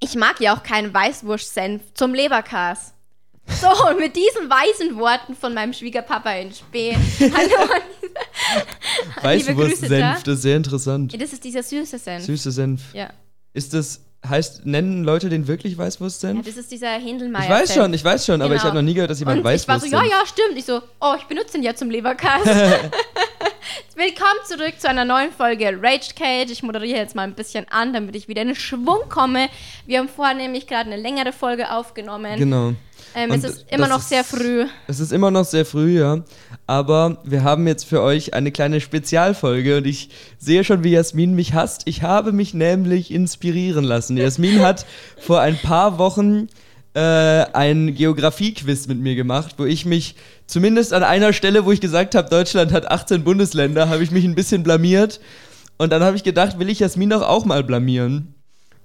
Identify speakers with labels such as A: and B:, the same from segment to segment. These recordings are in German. A: ich mag ja auch keinen Weißwurstsenf zum Leberkas. So, und mit diesen weisen Worten von meinem Schwiegerpapa in Spee. Hallo, liebe Grüße da.
B: Weißwurst-Senf, das ist sehr interessant.
A: Das ist dieser süße Senf.
B: Süße Senf.
A: Ja.
B: Ist das, heißt, nennen Leute den wirklich
A: ja,
B: Weißwurst-Senf?
A: das ist dieser Händelmeier.
B: ich weiß schon, ich weiß schon, aber ich
A: Genau.
B: habe noch nie gehört, dass jemand
A: Und ich war so,
B: Weißwurst-Senf.
A: ja, ja, stimmt. Ich so, oh, ich benutze den ja zum Leberkast. Willkommen zurück zu einer neuen Folge Rage Cage. Ich moderiere jetzt mal ein bisschen an, damit ich wieder in den Schwung komme. Wir haben vorher nämlich gerade eine längere Folge aufgenommen.
B: Genau.
A: Ähm, es
B: Und
A: ist immer
B: das
A: noch
B: ist-
A: sehr früh.
B: Es ist immer noch sehr früh, ja. Aber wir haben jetzt für euch eine kleine Spezialfolge und ich sehe schon, wie Jasmin mich hasst. Ich habe mich nämlich inspirieren lassen. Jasmin hat vor ein paar Wochen äh, ein Geografie-Quiz mit mir gemacht, wo ich mich zumindest an einer Stelle, wo ich gesagt habe, Deutschland hat 18 Bundesländer, habe ich mich ein bisschen blamiert. Und dann habe ich gedacht, will ich Jasmin doch auch mal blamieren.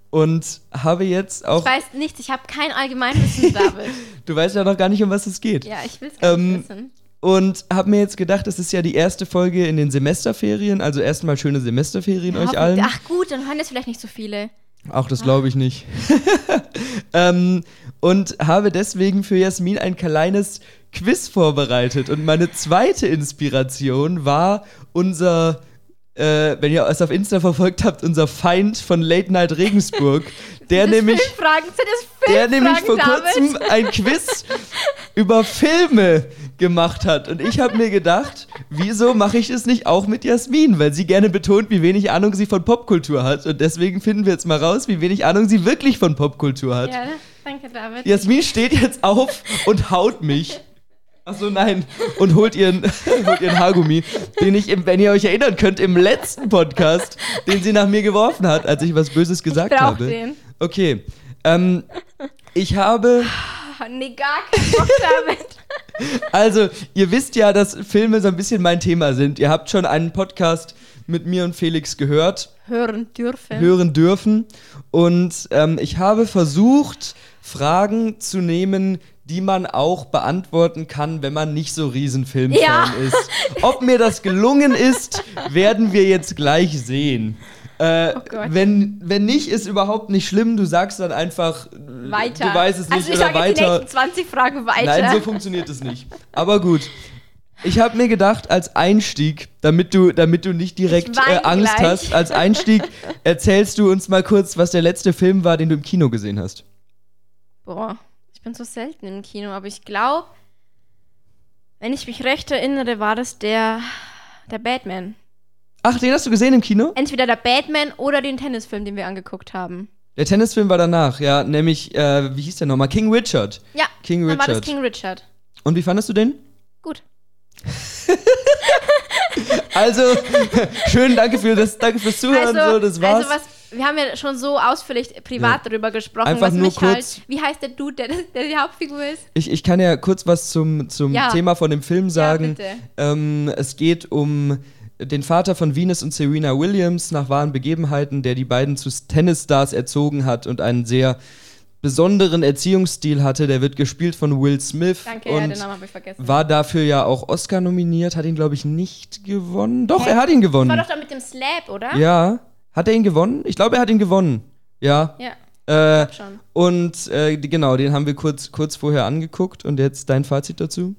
B: Und habe jetzt auch.
A: Ich weiß nichts, ich habe kein Allgemeinwissen, David.
B: Du weißt ja noch gar nicht, um was es geht.
A: ja, ich will es gar nicht
B: Ähm,
A: wissen.
B: Und habe mir jetzt gedacht, es ist ja die erste Folge in den Semesterferien. Also erstmal schöne Semesterferien euch
A: Hoffentlich-
B: allen.
A: Ach gut, dann hören jetzt vielleicht nicht so viele.
B: Auch das glaube ich nicht. ähm, und habe deswegen für Jasmin ein kleines Quiz vorbereitet. Und meine zweite Inspiration war unser, äh, wenn ihr es auf Insta verfolgt habt, unser Feind von Late Night Regensburg. der
A: Sind das
B: nämlich
A: Filmfragen? Sind das
B: der
A: Filmfragen,
B: nämlich vor
A: David?
B: kurzem ein Quiz über Filme gemacht hat. Und ich habe mir gedacht, wieso mache ich es nicht auch mit Jasmin? Weil sie gerne betont, wie wenig Ahnung sie von Popkultur hat. Und deswegen finden wir jetzt mal raus, wie wenig Ahnung sie wirklich von Popkultur hat.
A: Ja, danke, David.
B: Jasmin steht jetzt auf und haut mich. Achso, nein. Und holt ihren, holt ihren Haargummi, den ich, im, wenn ihr euch erinnern könnt, im letzten Podcast, den sie nach mir geworfen hat, als ich was Böses gesagt
A: brauch
B: habe.
A: den.
B: Okay. Ähm, ich habe.
A: Oh, nee, gar keinen Bock, David.
B: Also, ihr wisst ja, dass Filme so ein bisschen mein Thema sind. Ihr habt schon einen Podcast mit mir und Felix gehört,
A: Hören dürfen.
B: hören dürfen. Und ähm, ich habe versucht, Fragen zu nehmen, die man auch beantworten kann, wenn man nicht so riesen Filmfan
A: Ja.
B: ist. Ob mir das gelungen ist, werden wir jetzt gleich sehen. Äh,
A: Oh Gott.
B: wenn, wenn nicht, ist überhaupt nicht schlimm. Du sagst dann einfach, äh,
A: Weiter.
B: du weißt es nicht
A: also ich
B: oder
A: sage
B: weiter.
A: jetzt die nächsten 20 Fragen weiter.
B: Nein, so funktioniert es nicht. Aber gut. Ich habe mir gedacht, als Einstieg, damit du, damit du nicht direkt
A: Ich wein
B: äh, Angst
A: gleich.
B: hast, als Einstieg erzählst du uns mal kurz, was der letzte Film war, den du im Kino gesehen hast.
A: Boah, ich bin so selten im Kino, aber ich glaube, wenn ich mich recht erinnere, war das der, der Batman.
B: Ach, den hast du gesehen im Kino?
A: Entweder der Batman oder den Tennisfilm, den wir angeguckt haben.
B: Der Tennisfilm war danach, ja, nämlich, äh, wie hieß der nochmal? King Richard.
A: Ja,
B: King
A: dann war das
B: Richard.
A: King Richard.
B: Und wie fandest du den?
A: Gut.
B: Also, schön, danke für das, danke fürs Zuhören.
A: also,
B: so, das war's.
A: also was, wir haben ja schon so ausführlich privat darüber gesprochen,
B: Einfach
A: was
B: nur
A: mich
B: kurz-
A: halt. Wie heißt der Dude, der, der die Hauptfigur ist?
B: Ich, ich kann ja kurz was zum, zum
A: Ja.
B: Thema von dem Film sagen.
A: bitte.
B: ähm, es geht um den Vater von Venus und Serena Williams nach wahren Begebenheiten, der die beiden zu Tennisstars erzogen hat und einen sehr besonderen Erziehungsstil hatte. Der wird gespielt von Will Smith
A: Danke, ja,
B: und
A: den Namen habe ich vergessen.
B: war dafür ja auch Oscar nominiert, hat ihn glaube ich nicht gewonnen. Doch, er hat ihn
A: Das war
B: gewonnen.
A: doch da mit dem Slap, oder?
B: Ja, hat er ihn gewonnen? Ich glaube, er hat ihn gewonnen. Ja.
A: ja
B: Äh,
A: schon.
B: und äh, die- genau, den haben wir kurz, kurz vorher angeguckt und jetzt dein Fazit dazu.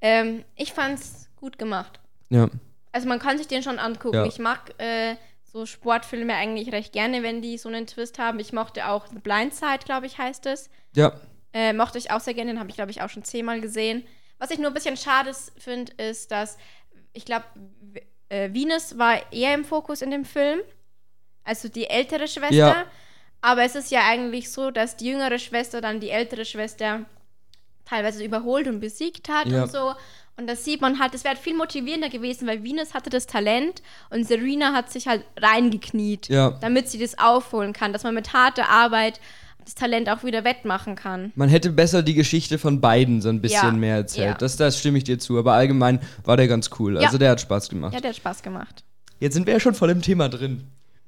A: Ähm, ich fand's gut gemacht.
B: Ja.
A: Also man kann sich den schon angucken.
B: Ja.
A: Ich mag äh, so Sportfilme eigentlich recht gerne, wenn die so einen Twist haben. Ich mochte auch The Blind Side, glaube ich, heißt es.
B: Ja.
A: Äh, mochte ich auch sehr gerne, den habe ich, glaube ich, auch schon zehnmal gesehen. Was ich nur ein bisschen schade finde, ist, dass ich glaube, W- äh, Venus war eher im Fokus in dem Film. Also die ältere Schwester.
B: Ja.
A: Aber es ist ja eigentlich so, dass die jüngere Schwester dann die ältere Schwester teilweise überholt und besiegt hat
B: Ja.
A: und so. Und das sieht man halt, es wäre halt viel motivierender gewesen, weil Venus hatte das Talent und Serena hat sich halt reingekniet,
B: Ja.
A: damit sie das aufholen kann, dass man mit harter Arbeit das Talent auch wieder wettmachen kann.
B: Man hätte besser die Geschichte von beiden so ein bisschen
A: Ja,
B: mehr erzählt.
A: ja.
B: Das, das stimme ich dir zu. Aber allgemein war der ganz cool.
A: Ja.
B: Also der hat Spaß gemacht.
A: Ja, der hat Spaß gemacht.
B: Jetzt sind wir ja schon voll im Thema drin.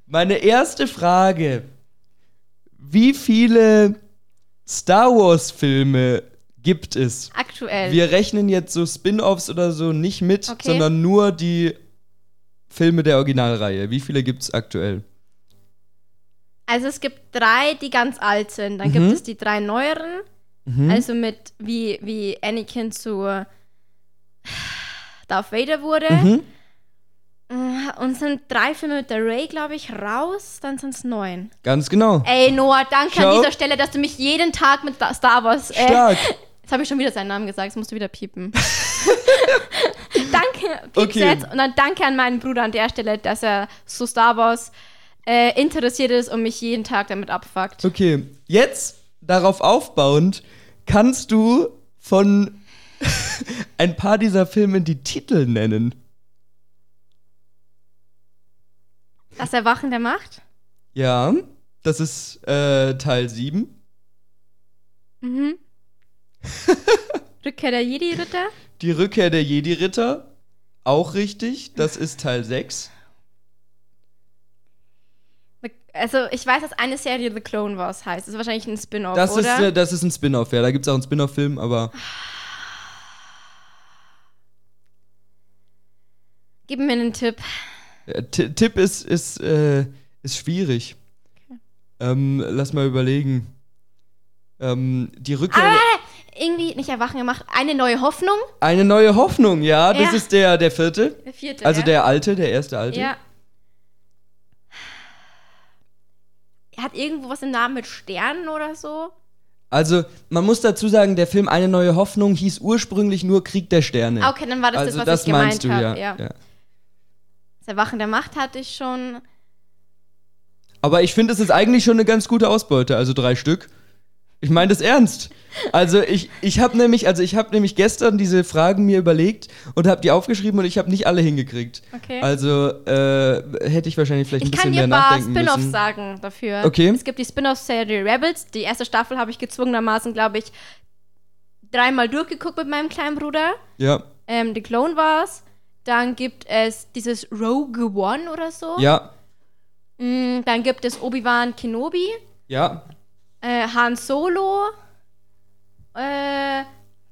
B: Meine erste Frage. Wie viele Star Wars-Filme gibt es?
A: Aktuell.
B: Wir rechnen jetzt so Spin-offs oder so nicht mit,
A: Okay.
B: sondern nur die Filme der Originalreihe. Wie viele gibt es aktuell?
A: Also es gibt drei, die ganz alt sind. Dann
B: Mhm.
A: gibt es die drei neueren. Also mit, wie, wie Anakin zu Darth Vader wurde. Äh,
B: Mhm.
A: Und sind drei Filme mit der Ray, glaube ich, raus. Dann sind es neun.
B: Ganz genau.
A: Ey, Noah, danke
B: Schau.
A: an dieser Stelle, dass du mich jeden Tag mit Da- Star Wars. Äh,
B: Stark.
A: Jetzt habe ich schon wieder seinen Namen gesagt, jetzt musst du wieder piepen. danke, piep's
B: Okay.
A: jetzt. Und dann danke an meinen Bruder an der Stelle, dass er so Star Wars äh, interessiert ist und mich jeden Tag damit abfuckt.
B: Okay, jetzt darauf aufbauend kannst du von ein paar dieser Filme die Titel nennen.
A: Das Erwachen der Macht.
B: Ja, das ist äh, Teil 7,
A: Mhm. Rückkehr der Jedi-Ritter.
B: die Rückkehr der Jedi-Ritter, auch richtig, das ist Teil 6.
A: Also, ich weiß, dass eine Serie The Clone Wars heißt. Das ist wahrscheinlich ein Spin-off,
B: Das ist,
A: oder?
B: äh, das ist ein Spin-off, ja, da gibt es auch einen Spin-off-Film, aber
A: Gib mir einen Tipp.
B: äh, Ti- Tipp ist, ist, äh, ist schwierig. Ähm, lass mal überlegen. Ähm, die Rückkehr...
A: Ah, Irgendwie nicht Erwachen der Macht. Eine neue Hoffnung.
B: Eine neue Hoffnung, ja, das
A: Ja.
B: ist der, der vierte.
A: Der vierte.
B: Also
A: ja.
B: der alte, der erste alte.
A: Ja. Er hat irgendwo was im Namen mit Sternen oder so.
B: Also man muss dazu sagen, der Film Eine neue Hoffnung hieß ursprünglich nur Krieg der Sterne.
A: Ah, Okay, dann war das
B: also
A: das, was
B: das
A: ich
B: meinst
A: gemeint
B: du,
A: habe.
B: ja,
A: ja.
B: ja.
A: Das Erwachen der Macht hatte ich schon.
B: Aber ich finde, es ist eigentlich schon eine ganz gute Ausbeute, also drei Stück. Ich meine das ernst. Also ich, ich habe nämlich, also ich habe nämlich gestern diese Fragen mir überlegt und habe die aufgeschrieben und ich habe nicht alle hingekriegt.
A: Okay.
B: Also äh, hätte ich wahrscheinlich vielleicht ein
A: ich kann
B: bisschen
A: dir
B: mehr
A: ein paar
B: nachdenken
A: Spin-offs
B: müssen.
A: sagen dafür.
B: Okay.
A: Es gibt die Spin-off-Serie Rebels. Die erste Staffel habe ich gezwungenermaßen, glaube ich, dreimal durchgeguckt mit meinem kleinen Bruder.
B: Ja,
A: Ähm, The Clone Wars. Dann gibt es dieses Rogue One oder so.
B: ja,
A: Mm, Dann gibt es Obi-Wan Kenobi.
B: ja.
A: äh, Han Solo, äh,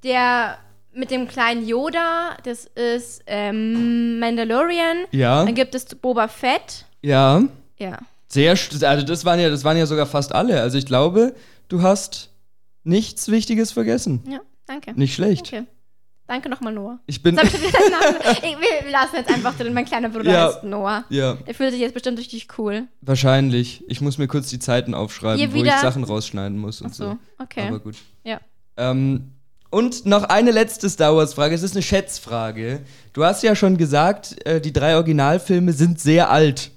A: der mit dem kleinen Yoda, das ist ähm, Mandalorian.
B: Ja,
A: Dann gibt es Boba Fett.
B: ja.
A: Ja.
B: Sehr, st- also das waren ja, das waren ja sogar fast alle. Also ich glaube, du hast nichts Wichtiges vergessen.
A: Ja, danke.
B: Nicht schlecht.
A: Okay. Danke nochmal, Noah.
B: Ich bin,
A: Jetzt hab ich schon wieder den Namen. Ich- wir, wir lassen jetzt einfach drin. Mein kleiner Bruder
B: Ja.
A: heißt Noah.
B: ja,
A: Er fühlt sich jetzt bestimmt richtig cool.
B: wahrscheinlich. Ich muss mir kurz die Zeiten aufschreiben,
A: Hier
B: wo ich
A: wieder-
B: Sachen rausschneiden muss und
A: Achso,
B: so.
A: okay.
B: Aber gut.
A: Ja.
B: Ähm, und noch eine letzte Star Wars Frage. Es ist eine Schätzfrage. Du hast ja schon gesagt, äh, die drei Originalfilme sind sehr alt.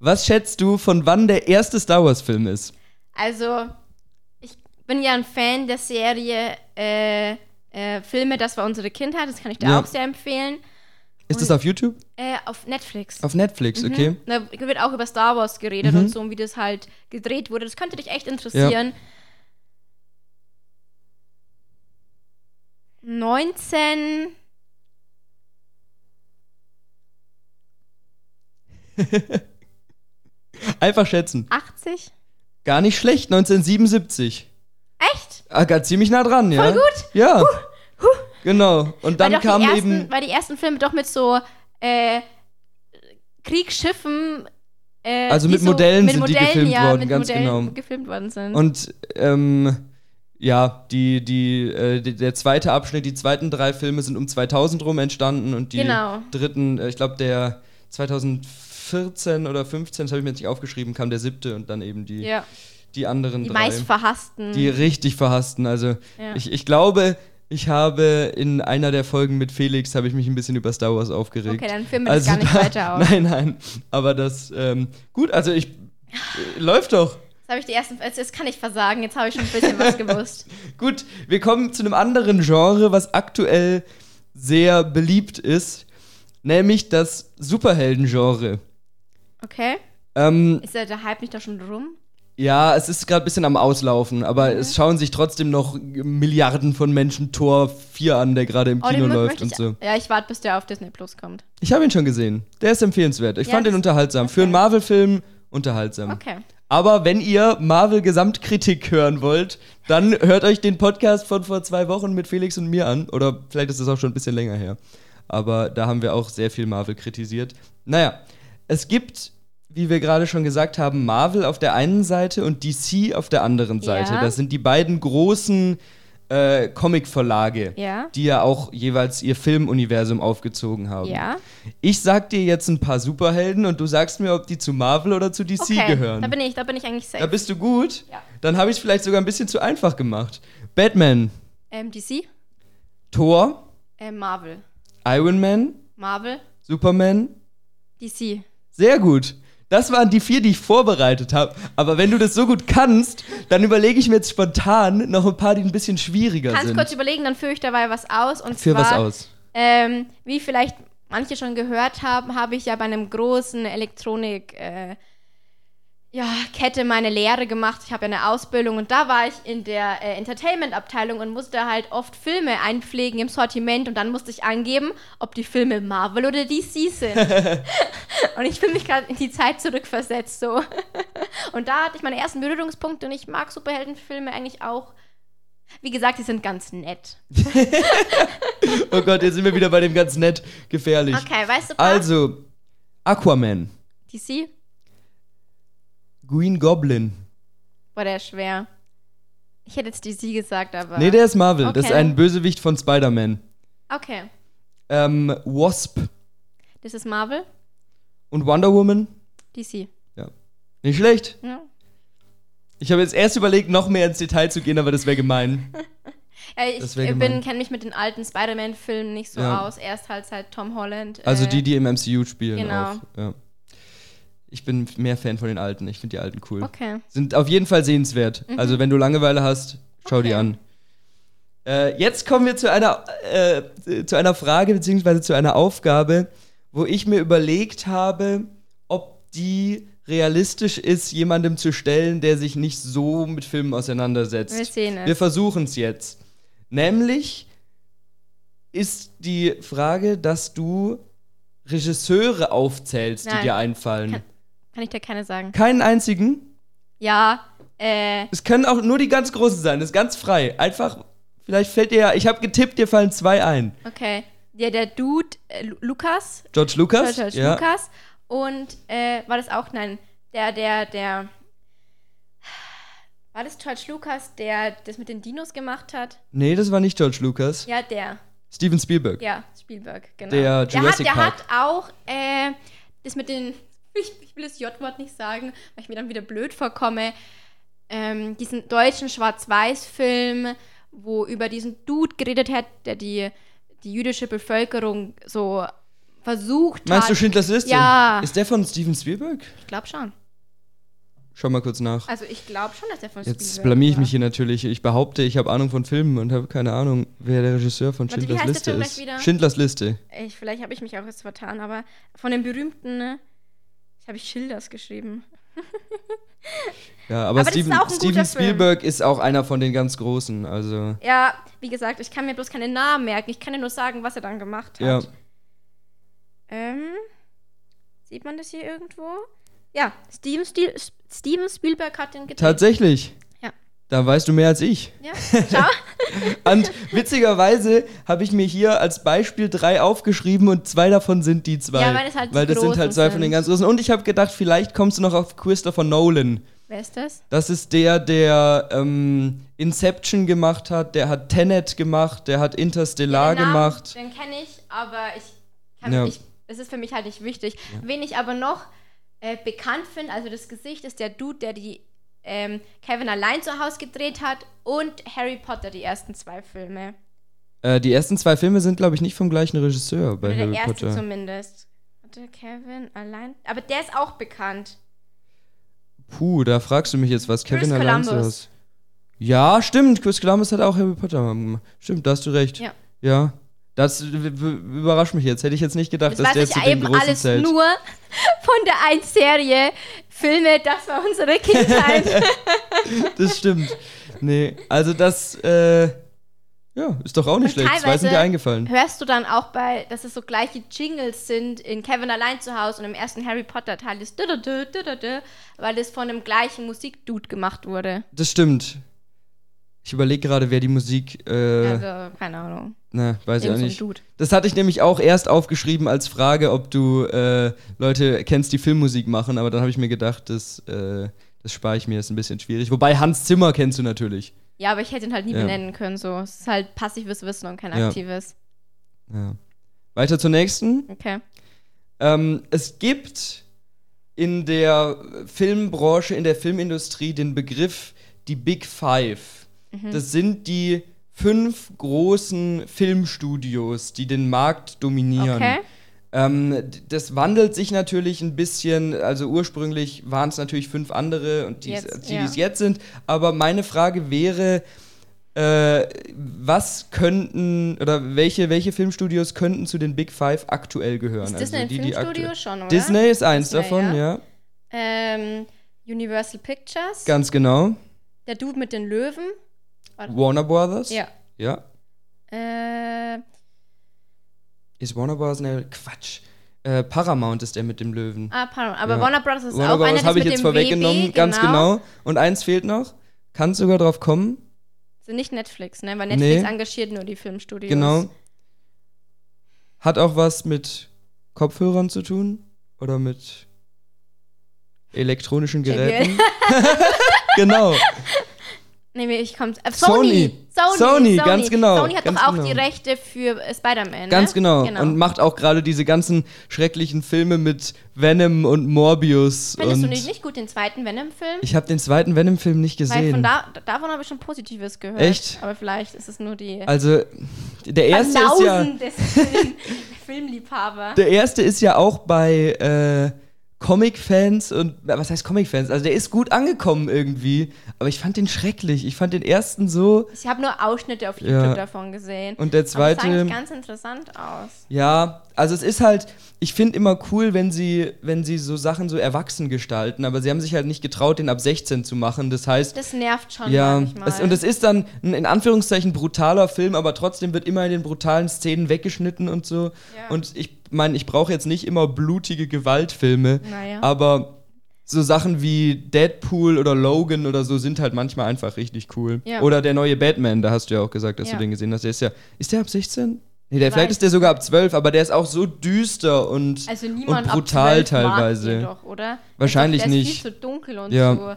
B: Was schätzt du, von wann der erste Star Wars Film ist?
A: Also, ich bin ja ein Fan der Serie äh, äh, Filme, das war unsere Kindheit. Das kann ich dir
B: Ja.
A: auch sehr empfehlen.
B: Ist das auf YouTube?
A: Äh, auf Netflix.
B: Auf Netflix,
A: Mhm.
B: okay. Mhm.
A: Da wird auch über Star Wars geredet und so, und wie das halt gedreht wurde. Das könnte dich echt interessieren. 19.
B: Einfach schätzen.
A: 80?
B: Gar nicht schlecht, 1977.
A: Echt?
B: Ah, ganz ziemlich nah dran, ja.
A: Voll gut.
B: Ja. Genau. Und dann
A: weil, doch
B: kam
A: die ersten,
B: eben.
A: weil die ersten Filme doch mit so äh, Kriegsschiffen. Äh,
B: Also
A: die
B: mit
A: so,
B: Modellen
A: mit
B: sind die
A: Modellen,
B: gefilmt
A: ja,
B: worden,
A: mit
B: ganz
A: Modellen
B: genau.
A: gefilmt worden sind.
B: Und ähm, ja, die, die, äh, die, der zweite Abschnitt, die zweiten drei Filme sind um 2000 rum entstanden und die
A: Genau.
B: dritten, äh, ich glaube, der 2014 oder 15, das habe ich mir jetzt nicht aufgeschrieben, kam der siebte und dann eben die,
A: ja,
B: die anderen
A: die
B: drei.
A: meist verhassten.
B: die richtig verhassten. Also
A: Mhm. Ja.
B: ich, ich glaube, ich habe in einer der Folgen mit Felix habe ich mich ein bisschen über Star Wars aufgeregt.
A: Okay, dann führen wir das gar nicht
B: da-
A: weiter auf.
B: Nein, nein. Aber das ähm, gut. Also ich äh, läuft doch.
A: Jetzt habe ich die ersten. Jetzt, jetzt kann ich versagen. Jetzt habe ich schon ein bisschen was gewusst.
B: Gut, wir kommen zu einem anderen Genre, was aktuell sehr beliebt ist, nämlich das Superhelden-Genre.
A: Okay.
B: Ähm,
A: Ist der, der Hype nicht da schon rum?
B: ja, es ist gerade ein bisschen am Auslaufen, aber
A: Mhm.
B: es schauen sich trotzdem noch Milliarden von Menschen Tor 4 an, der gerade im
A: Oh, den
B: Kino
A: mö-
B: läuft
A: möchte
B: und
A: ich,
B: so.
A: Ja, ich warte, bis der auf Disney Plus kommt.
B: Ich habe ihn schon gesehen. Der ist empfehlenswert. Ich
A: Ja,
B: fand ihn
A: das-
B: unterhaltsam. Für einen Marvel-Film unterhaltsam.
A: Okay.
B: Aber wenn ihr Marvel-Gesamtkritik hören wollt, dann hört euch den Podcast von vor zwei Wochen mit Felix und mir an. Oder vielleicht ist es auch schon ein bisschen länger her. Aber da haben wir auch sehr viel Marvel kritisiert. Naja, es gibt, wie wir gerade schon gesagt haben, Marvel auf der einen Seite und DC auf der anderen Seite.
A: Ja.
B: Das sind die beiden großen äh, Comic-Verlage,
A: Ja.
B: die ja auch jeweils ihr Filmuniversum aufgezogen haben.
A: Ja.
B: Ich sag dir jetzt ein paar Superhelden und du sagst mir, ob die zu Marvel oder zu DC
A: Okay,
B: gehören.
A: da bin ich, da bin ich eigentlich safe.
B: Da bist du gut.
A: Ja.
B: Dann habe ich es vielleicht sogar ein bisschen zu einfach gemacht. Batman,
A: ähm, DC,
B: Thor,
A: ähm, Marvel,
B: Iron Man,
A: Marvel,
B: Superman.
A: DC.
B: Sehr gut. Das waren die vier, die ich vorbereitet habe. Aber wenn du das so gut kannst, dann überlege ich mir jetzt spontan noch ein paar, die ein bisschen schwieriger
A: Kannst
B: sind.
A: kurz überlegen, dann führe ich dabei was aus. Und
B: Für
A: zwar,
B: was aus?
A: Ähm, wie vielleicht manche schon gehört haben, habe ich ja bei einem großen Elektronik äh, ja, Kette meine Lehre gemacht. Ich habe ja eine Ausbildung und da war ich in der äh, Entertainment-Abteilung und musste halt oft Filme einpflegen im Sortiment und dann musste ich angeben, ob die Filme Marvel oder DC sind. und ich fühle mich gerade in die Zeit zurückversetzt so. und da hatte ich meine ersten Berührungspunkte und ich mag Superheldenfilme eigentlich auch. Wie gesagt, die sind ganz nett.
B: Oh Gott, jetzt sind wir wieder bei dem ganz nett gefährlich.
A: Okay, weißt du, Pat?
B: Also, Aquaman,
A: DC
B: Green Goblin.
A: Boah, der ist schwer. Ich hätte jetzt DC gesagt, aber.
B: Nee, der ist Marvel. Das ist
A: Okay.
B: ein Bösewicht von Spider-Man.
A: okay.
B: Ähm, Wasp
A: Das ist Marvel,
B: und Wonder Woman.
A: DC.
B: Nicht schlecht.
A: Ja,
B: Ich habe jetzt erst überlegt, noch mehr ins Detail zu gehen, aber das wäre gemein.
A: ja ich
B: Das wär gemein.
A: bin kenne mich mit den alten Spider-Man-Filmen nicht so
B: Ja.
A: aus. Erst halt seit Tom Holland.
B: Also
A: äh,
B: die, die im MCU spielen.
A: genau.
B: Auch. Ja. Ich bin mehr Fan von den alten. Ich finde die alten cool.
A: Okay.
B: Sind auf jeden Fall sehenswert. Also wenn du Langeweile hast, schau die
A: Mhm. Okay.
B: an. Äh, jetzt kommen wir zu einer, äh, zu einer Frage beziehungsweise zu einer Aufgabe, wo ich mir überlegt habe, ob die realistisch ist, jemandem zu stellen, der sich nicht so mit Filmen auseinandersetzt.
A: Wir sehen es.
B: Wir versuchen es jetzt. Nämlich ist die Frage, dass du Regisseure aufzählst, die
A: Nein.
B: dir einfallen.
A: Kann- Kann ich dir keine sagen.
B: Keinen einzigen.
A: Ja, äh.
B: Es können auch nur die ganz großen sein, das ist ganz frei. Einfach, vielleicht fällt dir ja, ich habe getippt, dir fallen zwei ein.
A: Okay. Ja, der Dude, äh, Lu- Lukas.
B: George Lucas?
A: George
B: ja.
A: Lukas. Und, äh, war das auch? Nein. Der, der, der. War das George Lucas, der das mit den Dinos gemacht hat?
B: Nee, das war nicht George Lucas.
A: Ja, der.
B: Steven Spielberg.
A: Ja, Spielberg, genau.
B: Der Jurassic
A: hat, der
B: Park.
A: hat auch äh, das mit den, ich, ich will das J-Wort nicht sagen, weil ich mir dann wieder blöd vorkomme, ähm, diesen deutschen Schwarz-Weiß-Film, wo über diesen Dude geredet hat, der die, die jüdische Bevölkerung so versucht
B: Meinst du
A: hat.
B: Schindlers Liste?
A: Ja.
B: Ist der von Steven Spielberg?
A: Ich glaube schon.
B: Schau mal kurz nach.
A: Also ich glaube schon, dass der von
B: Jetzt
A: Spielberg
B: blamier ich
A: war.
B: mich hier natürlich. Ich behaupte, ich habe Ahnung von Filmen und habe keine Ahnung, wer der Regisseur von
A: Warte, wie
B: Schindlers
A: heißt der
B: Liste
A: Film
B: ist.
A: gleich wieder?
B: Schindlers Liste.
A: Ich, vielleicht habe ich mich auch jetzt vertan, aber von dem berühmten, ne, habe ich Schilders geschrieben.
B: Ja, aber,
A: Aber das ist
B: Steven,
A: auch ein guter
B: Steven
A: Film.
B: Spielberg ist auch einer von den ganz großen. Also,
A: Ja, wie gesagt, ich kann mir bloß keine Namen merken. Ich kann dir nur sagen, was er dann gemacht hat.
B: ja.
A: Ähm, sieht man das hier irgendwo? Ja, Steven, Stil Steven Spielberg hat den gedreht.
B: Tatsächlich.
A: Ja.
B: Da weißt du mehr als ich.
A: Ja, schau.
B: Und witzigerweise habe ich mir hier als Beispiel drei aufgeschrieben und zwei davon sind die zwei.
A: Ja, weil das halt die
B: Weil das sind
A: großen
B: halt zwei von den
A: sind.
B: ganz großen. Und ich habe gedacht, vielleicht kommst du noch auf Christopher Nolan.
A: Wer ist das?
B: Das ist der, der ähm, Inception gemacht hat, der hat Tenet gemacht, der hat Interstellar
A: Den Namen,
B: gemacht.
A: Den kenne ich, aber ich kann
B: Ja.
A: ich, es ist für mich halt nicht wichtig. Wen ich aber noch äh, bekannt finde, also das Gesicht ist der Dude, der die ähm, Kevin allein zu Hause gedreht hat und Harry Potter, die ersten zwei Filme.
B: Äh, die ersten zwei Filme sind, glaube ich, nicht vom gleichen Regisseur bei
A: Oder der
B: Harry
A: erste
B: Potter.
A: zumindest. Warte, Kevin allein. Aber der ist auch bekannt.
B: Puh, da fragst du mich jetzt was.
A: Chris
B: Kevin allein zu
A: Columbus.
B: Hause. Ja, stimmt. Chris Columbus hat auch Harry Potter gemacht. Stimmt, da hast du recht.
A: Ja.
B: Ja. Das w- w- überrascht mich jetzt. Hätte ich jetzt nicht gedacht,
A: Das
B: dass
A: weiß
B: der
A: ich
B: zu den
A: eben
B: großen
A: alles
B: zählt.
A: nur von der einen Serie. Filme, das war unsere Kindheit.
B: Das stimmt. Nee, also das, äh, ja, ist doch auch nicht
A: Und
B: schlecht. Zwei sind
A: teilweise-
B: dir eingefallen.
A: Hörst du dann auch bei, dass es so gleiche Jingles sind in Kevin allein zu Hause und im ersten Harry Potter Teil ist dü-dü-dü, dü-dü-dü, weil es von dem gleichen Musikdude gemacht wurde.
B: Das stimmt. Ich überlege gerade, wer die Musik. Äh,
A: also, keine Ahnung.
B: na, weiß ich auch
A: irgend so ein
B: nicht.
A: Dude.
B: Das hatte ich nämlich auch erst aufgeschrieben als Frage, ob du äh, Leute kennst, die Filmmusik machen, aber dann habe ich mir gedacht, das, äh, das spare ich mir, ist ein bisschen schwierig. Wobei Hans Zimmer kennst du natürlich.
A: Ja, aber ich hätte ihn halt nie
B: Ja.
A: benennen können. So. Es ist halt passives Wissen und kein
B: Ja.
A: aktives.
B: Ja. Weiter zur nächsten.
A: Okay.
B: Ähm, es gibt in der Filmbranche, in der Filmindustrie den Begriff die Big Five. Das sind die fünf großen Filmstudios, die den Markt dominieren.
A: Okay.
B: Ähm, d- das wandelt sich natürlich ein bisschen. Also ursprünglich waren es natürlich fünf andere und die,
A: Jetzt,
B: die
A: ja.
B: es jetzt sind. Aber meine Frage wäre, äh, was könnten oder welche, welche Filmstudios könnten zu den Big Five aktuell gehören?
A: Ist Disney ein
B: Also die, die
A: Filmstudio
B: aktuell-
A: schon, oder?
B: Disney ist eins
A: Disney,
B: davon,
A: ja.
B: ja.
A: Ähm, Universal Pictures.
B: Ganz genau.
A: der Dude mit den Löwen.
B: Warner Brothers.
A: Ja.
B: ja.
A: Äh,
B: Ist Warner Brothers ne Quatsch. Äh, Paramount ist der mit dem Löwen.
A: ah, pardon. Aber
B: Ja.
A: Warner Brothers ist
B: Warner
A: auch einer,
B: Brothers
A: das
B: habe ich
A: mit
B: jetzt
A: dem vorweggenommen,
B: vorweggenommen,
A: WB,
B: ganz genau. Und eins fehlt noch. Kannst sogar drauf kommen.
A: Sind nicht Netflix, ne? Weil Netflix
B: Nee.
A: engagiert nur die Filmstudios.
B: Genau. Hat auch was mit Kopfhörern zu tun oder mit elektronischen
A: JBL.
B: Geräten. genau.
A: Ne? Nee, nee, ich komm's. Äh, Sony. Sony.
B: Sony. Sony, ganz genau,
A: Sony hat
B: ganz
A: doch auch
B: genau.
A: die Rechte für äh, Spider-Man.
B: Ganz
A: ne?
B: genau. Und macht auch gerade diese ganzen schrecklichen Filme mit Venom und Morbius.
A: Findest du
B: und
A: nicht, nicht gut den zweiten Venom-Film?
B: Ich habe den zweiten Venom-Film nicht
A: Weil von
B: gesehen.
A: da, davon habe ich schon Positives gehört.
B: Echt?
A: Aber vielleicht ist es nur die
B: Also, der erste ist ja.
A: Banausen des Film Filmliebhaber.
B: Der erste ist ja auch bei äh, Comic-Fans und na, was heißt Comic-Fans? Also der ist gut angekommen irgendwie, aber ich fand den schrecklich. Ich fand den ersten so
A: Ich habe nur Ausschnitte auf
B: Ja.
A: YouTube davon gesehen.
B: und der
A: Aber das sah
B: zweite.
A: eigentlich ganz interessant aus.
B: Ja, also es ist halt, ich finde immer cool, wenn sie, wenn sie so Sachen so erwachsen gestalten, aber sie haben sich halt nicht getraut, den ab 16 zu machen. Das heißt,
A: Das nervt schon
B: ja,
A: manchmal.
B: es, und es ist dann ein in Anführungszeichen brutaler Film, aber trotzdem wird immer in den brutalen Szenen weggeschnitten und so.
A: Ja.
B: Und ich meine, ich brauche jetzt nicht immer blutige Gewaltfilme,
A: Naja.
B: aber so Sachen wie Deadpool oder Logan oder so sind halt manchmal einfach richtig cool.
A: Ja.
B: Oder der neue Batman, da hast du ja auch gesagt, dass
A: Ja.
B: du den gesehen hast. Der ist ja, ist der ab 16? Nee, der, vielleicht
A: Weiß
B: ist der sogar ab 12, aber der ist auch so düster und,
A: also
B: und
A: niemand
B: brutal
A: ab 12 mag
B: teilweise.
A: den Doch, oder?
B: Wahrscheinlich
A: der ist
B: nicht.
A: Viel zu dunkel und
B: Ja.
A: so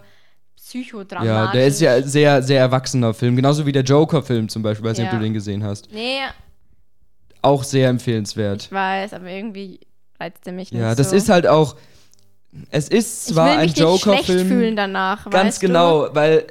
A: psychodramatisch.
B: Ja, der ist ja sehr, sehr erwachsener Film. Genauso wie der Joker-Film zum Beispiel, weiß nicht,
A: Ja.
B: ob du den gesehen hast.
A: Nee,
B: Auch sehr empfehlenswert.
A: ich weiß, aber irgendwie reizt der mich nicht
B: Ja, das
A: so.
B: ist halt auch. Es ist
A: ich
B: zwar
A: will mich
B: ein
A: nicht schlecht fühlen
B: Joker-Film.
A: danach,
B: Ganz
A: weißt du?
B: genau, weil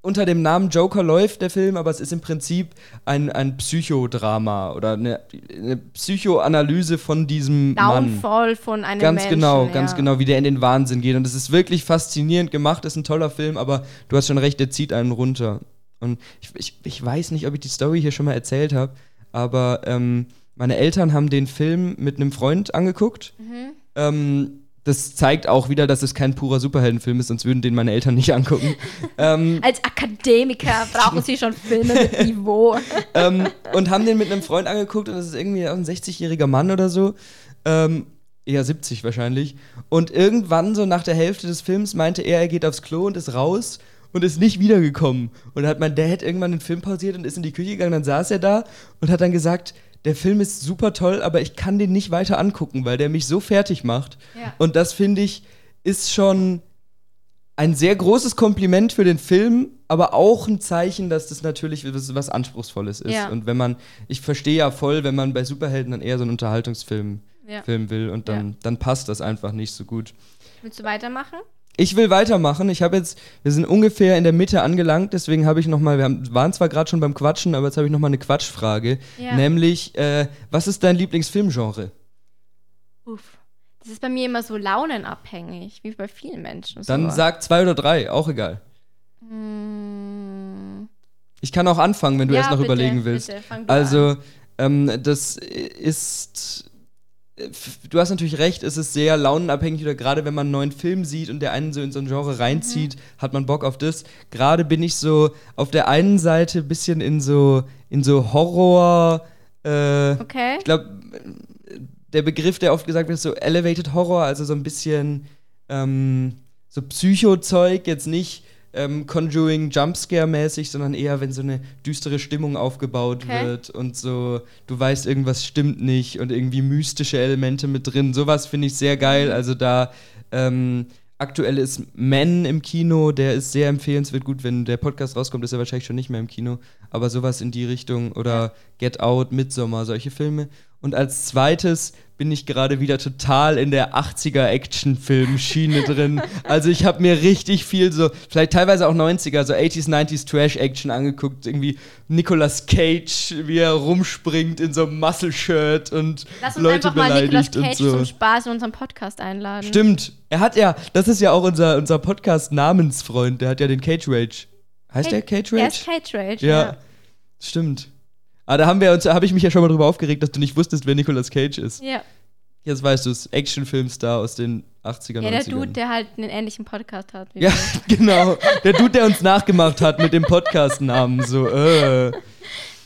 B: unter dem Namen Joker läuft der Film, aber es ist im Prinzip ein, ein Psychodrama oder eine, eine Psychoanalyse von diesem Mann.
A: Downfall von einem
B: Ganz
A: Menschen.
B: genau, ganz
A: ja.
B: genau, wie der in den Wahnsinn geht. Und es ist wirklich faszinierend gemacht, ist ein toller Film, aber du hast schon recht, der zieht einen runter. Und ich, ich, ich weiß nicht, ob ich die Story hier schon mal erzählt habe, aber ähm, meine Eltern haben den Film mit einem Freund angeguckt. Ähm, das zeigt auch wieder, dass es kein purer Superheldenfilm ist, sonst würden den meine Eltern nicht angucken.
A: Als Akademiker brauchen sie schon Filme mit Niveau.
B: ähm, und haben den mit einem Freund angeguckt und das ist irgendwie auch ein 60-jähriger Mann oder so. Ähm, eher 70 wahrscheinlich. Und irgendwann, so nach der Hälfte des Films, meinte er, er geht aufs Klo und ist raus und ist nicht wiedergekommen. Und dann hat mein Dad irgendwann den Film pausiert und ist in die Küche gegangen, dann saß er da und hat dann gesagt, der Film ist super toll, aber ich kann den nicht weiter angucken, weil der mich so fertig macht.
A: Ja.
B: Und das finde ich ist schon ein sehr großes Kompliment für den Film, aber auch ein Zeichen, dass das natürlich was, was Anspruchsvolles ist.
A: Ja.
B: Und wenn man, ich verstehe ja voll, wenn man bei Superhelden dann eher so einen Unterhaltungsfilm
A: Ja.
B: filmen will und dann, dann passt das einfach nicht so gut.
A: Willst du weitermachen?
B: Ich will weitermachen. Ich habe jetzt, wir sind ungefähr in der Mitte angelangt, deswegen habe ich nochmal, wir haben, waren zwar gerade schon beim Quatschen, aber jetzt habe ich nochmal eine Quatschfrage.
A: Ja.
B: Nämlich, äh, was ist dein Lieblingsfilmgenre?
A: Uff. Das ist bei mir immer so launenabhängig, wie bei vielen Menschen.
B: Dann
A: so.
B: sag zwei oder drei, auch egal.
A: Mm.
B: Ich kann auch anfangen, wenn du
A: Ja,
B: erst noch
A: bitte,
B: überlegen willst.
A: Bitte, fang du an.
B: Also, ähm, das ist. äh, f- Du hast natürlich recht, es ist sehr launenabhängig oder gerade wenn man einen neuen Film sieht und der einen so in so ein Genre reinzieht, hat man Bock auf das. Gerade bin ich so auf der einen Seite ein bisschen in so, in so Horror. Äh,
A: Okay.
B: ich glaube, der Begriff, der oft gesagt wird, ist so Elevated Horror, also so ein bisschen ähm, so Psycho-Zeug, jetzt nicht ähm, Conjuring Jumpscare-mäßig, sondern eher, wenn so eine düstere Stimmung aufgebaut
A: Okay.
B: wird und so, du weißt, irgendwas stimmt nicht und irgendwie mystische Elemente mit drin. Sowas finde ich sehr geil. Also da ähm, aktuell ist Men im Kino, der ist sehr empfehlenswert. Gut, wenn der Podcast rauskommt, ist er wahrscheinlich schon nicht mehr im Kino. Aber sowas in die Richtung oder Get Out, Midsommar, solche Filme. Und als zweites bin ich gerade wieder total in der 80er Action-Film-Schiene drin. Also ich habe mir richtig viel so, vielleicht teilweise auch 90er, so 80s, 90s Trash-Action angeguckt. Irgendwie Nicolas Cage, wie er rumspringt in so einem Muscle-Shirt und
A: Lass uns
B: Leute
A: einfach mal Nicolas
B: beleidigt
A: Cage
B: und so.
A: zum Spaß in unserem Podcast einladen.
B: Stimmt. Er hat ja, das ist ja auch unser, unser Podcast-Namensfreund, der hat ja den Cage Rage. Heißt der Cage Rage?
A: Er ist Cage Rage.
B: ja. Stimmt. Aber da haben wir uns, habe ich mich ja schon mal drüber aufgeregt, dass du nicht wusstest, wer Nicolas Cage ist.
A: Ja, ja.
B: Jetzt weißt du es. Actionfilmstar aus den 80er, 90ern.
A: ja der Dude, der halt einen ähnlichen Podcast hat. wie
B: Ja,
A: wir.
B: genau. Der Dude, der uns nachgemacht hat mit dem Podcast-Namen. So, äh.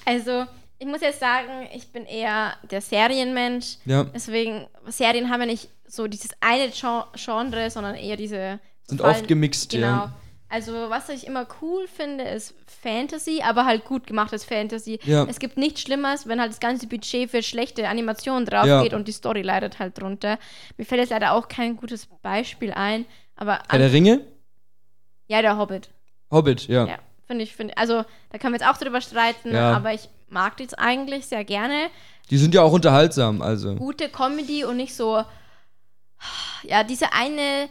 A: Also, ich muss jetzt sagen, ich bin eher der Serienmensch.
B: Ja.
A: Deswegen, Serien haben ja nicht so dieses eine Gen- Genre, sondern eher diese.
B: Sind
A: vor allem-
B: oft gemixt,
A: genau.
B: ja.
A: Also, was ich immer cool finde, ist Fantasy, aber halt gut gemachtes Fantasy.
B: Ja.
A: Es gibt nichts Schlimmeres, wenn halt das ganze Budget für schlechte Animationen drauf
B: Ja.
A: geht und die Story leidet halt drunter. Mir fällt jetzt leider auch kein gutes Beispiel ein, aber.
B: Herr der Ringe?
A: ja, der Hobbit.
B: Hobbit, ja.
A: Ja, finde ich, finde Also, da können wir jetzt auch drüber streiten,
B: Ja.
A: aber ich mag die eigentlich sehr gerne.
B: Die sind ja auch unterhaltsam, also.
A: Gute Comedy und nicht so. Ja, dieser eine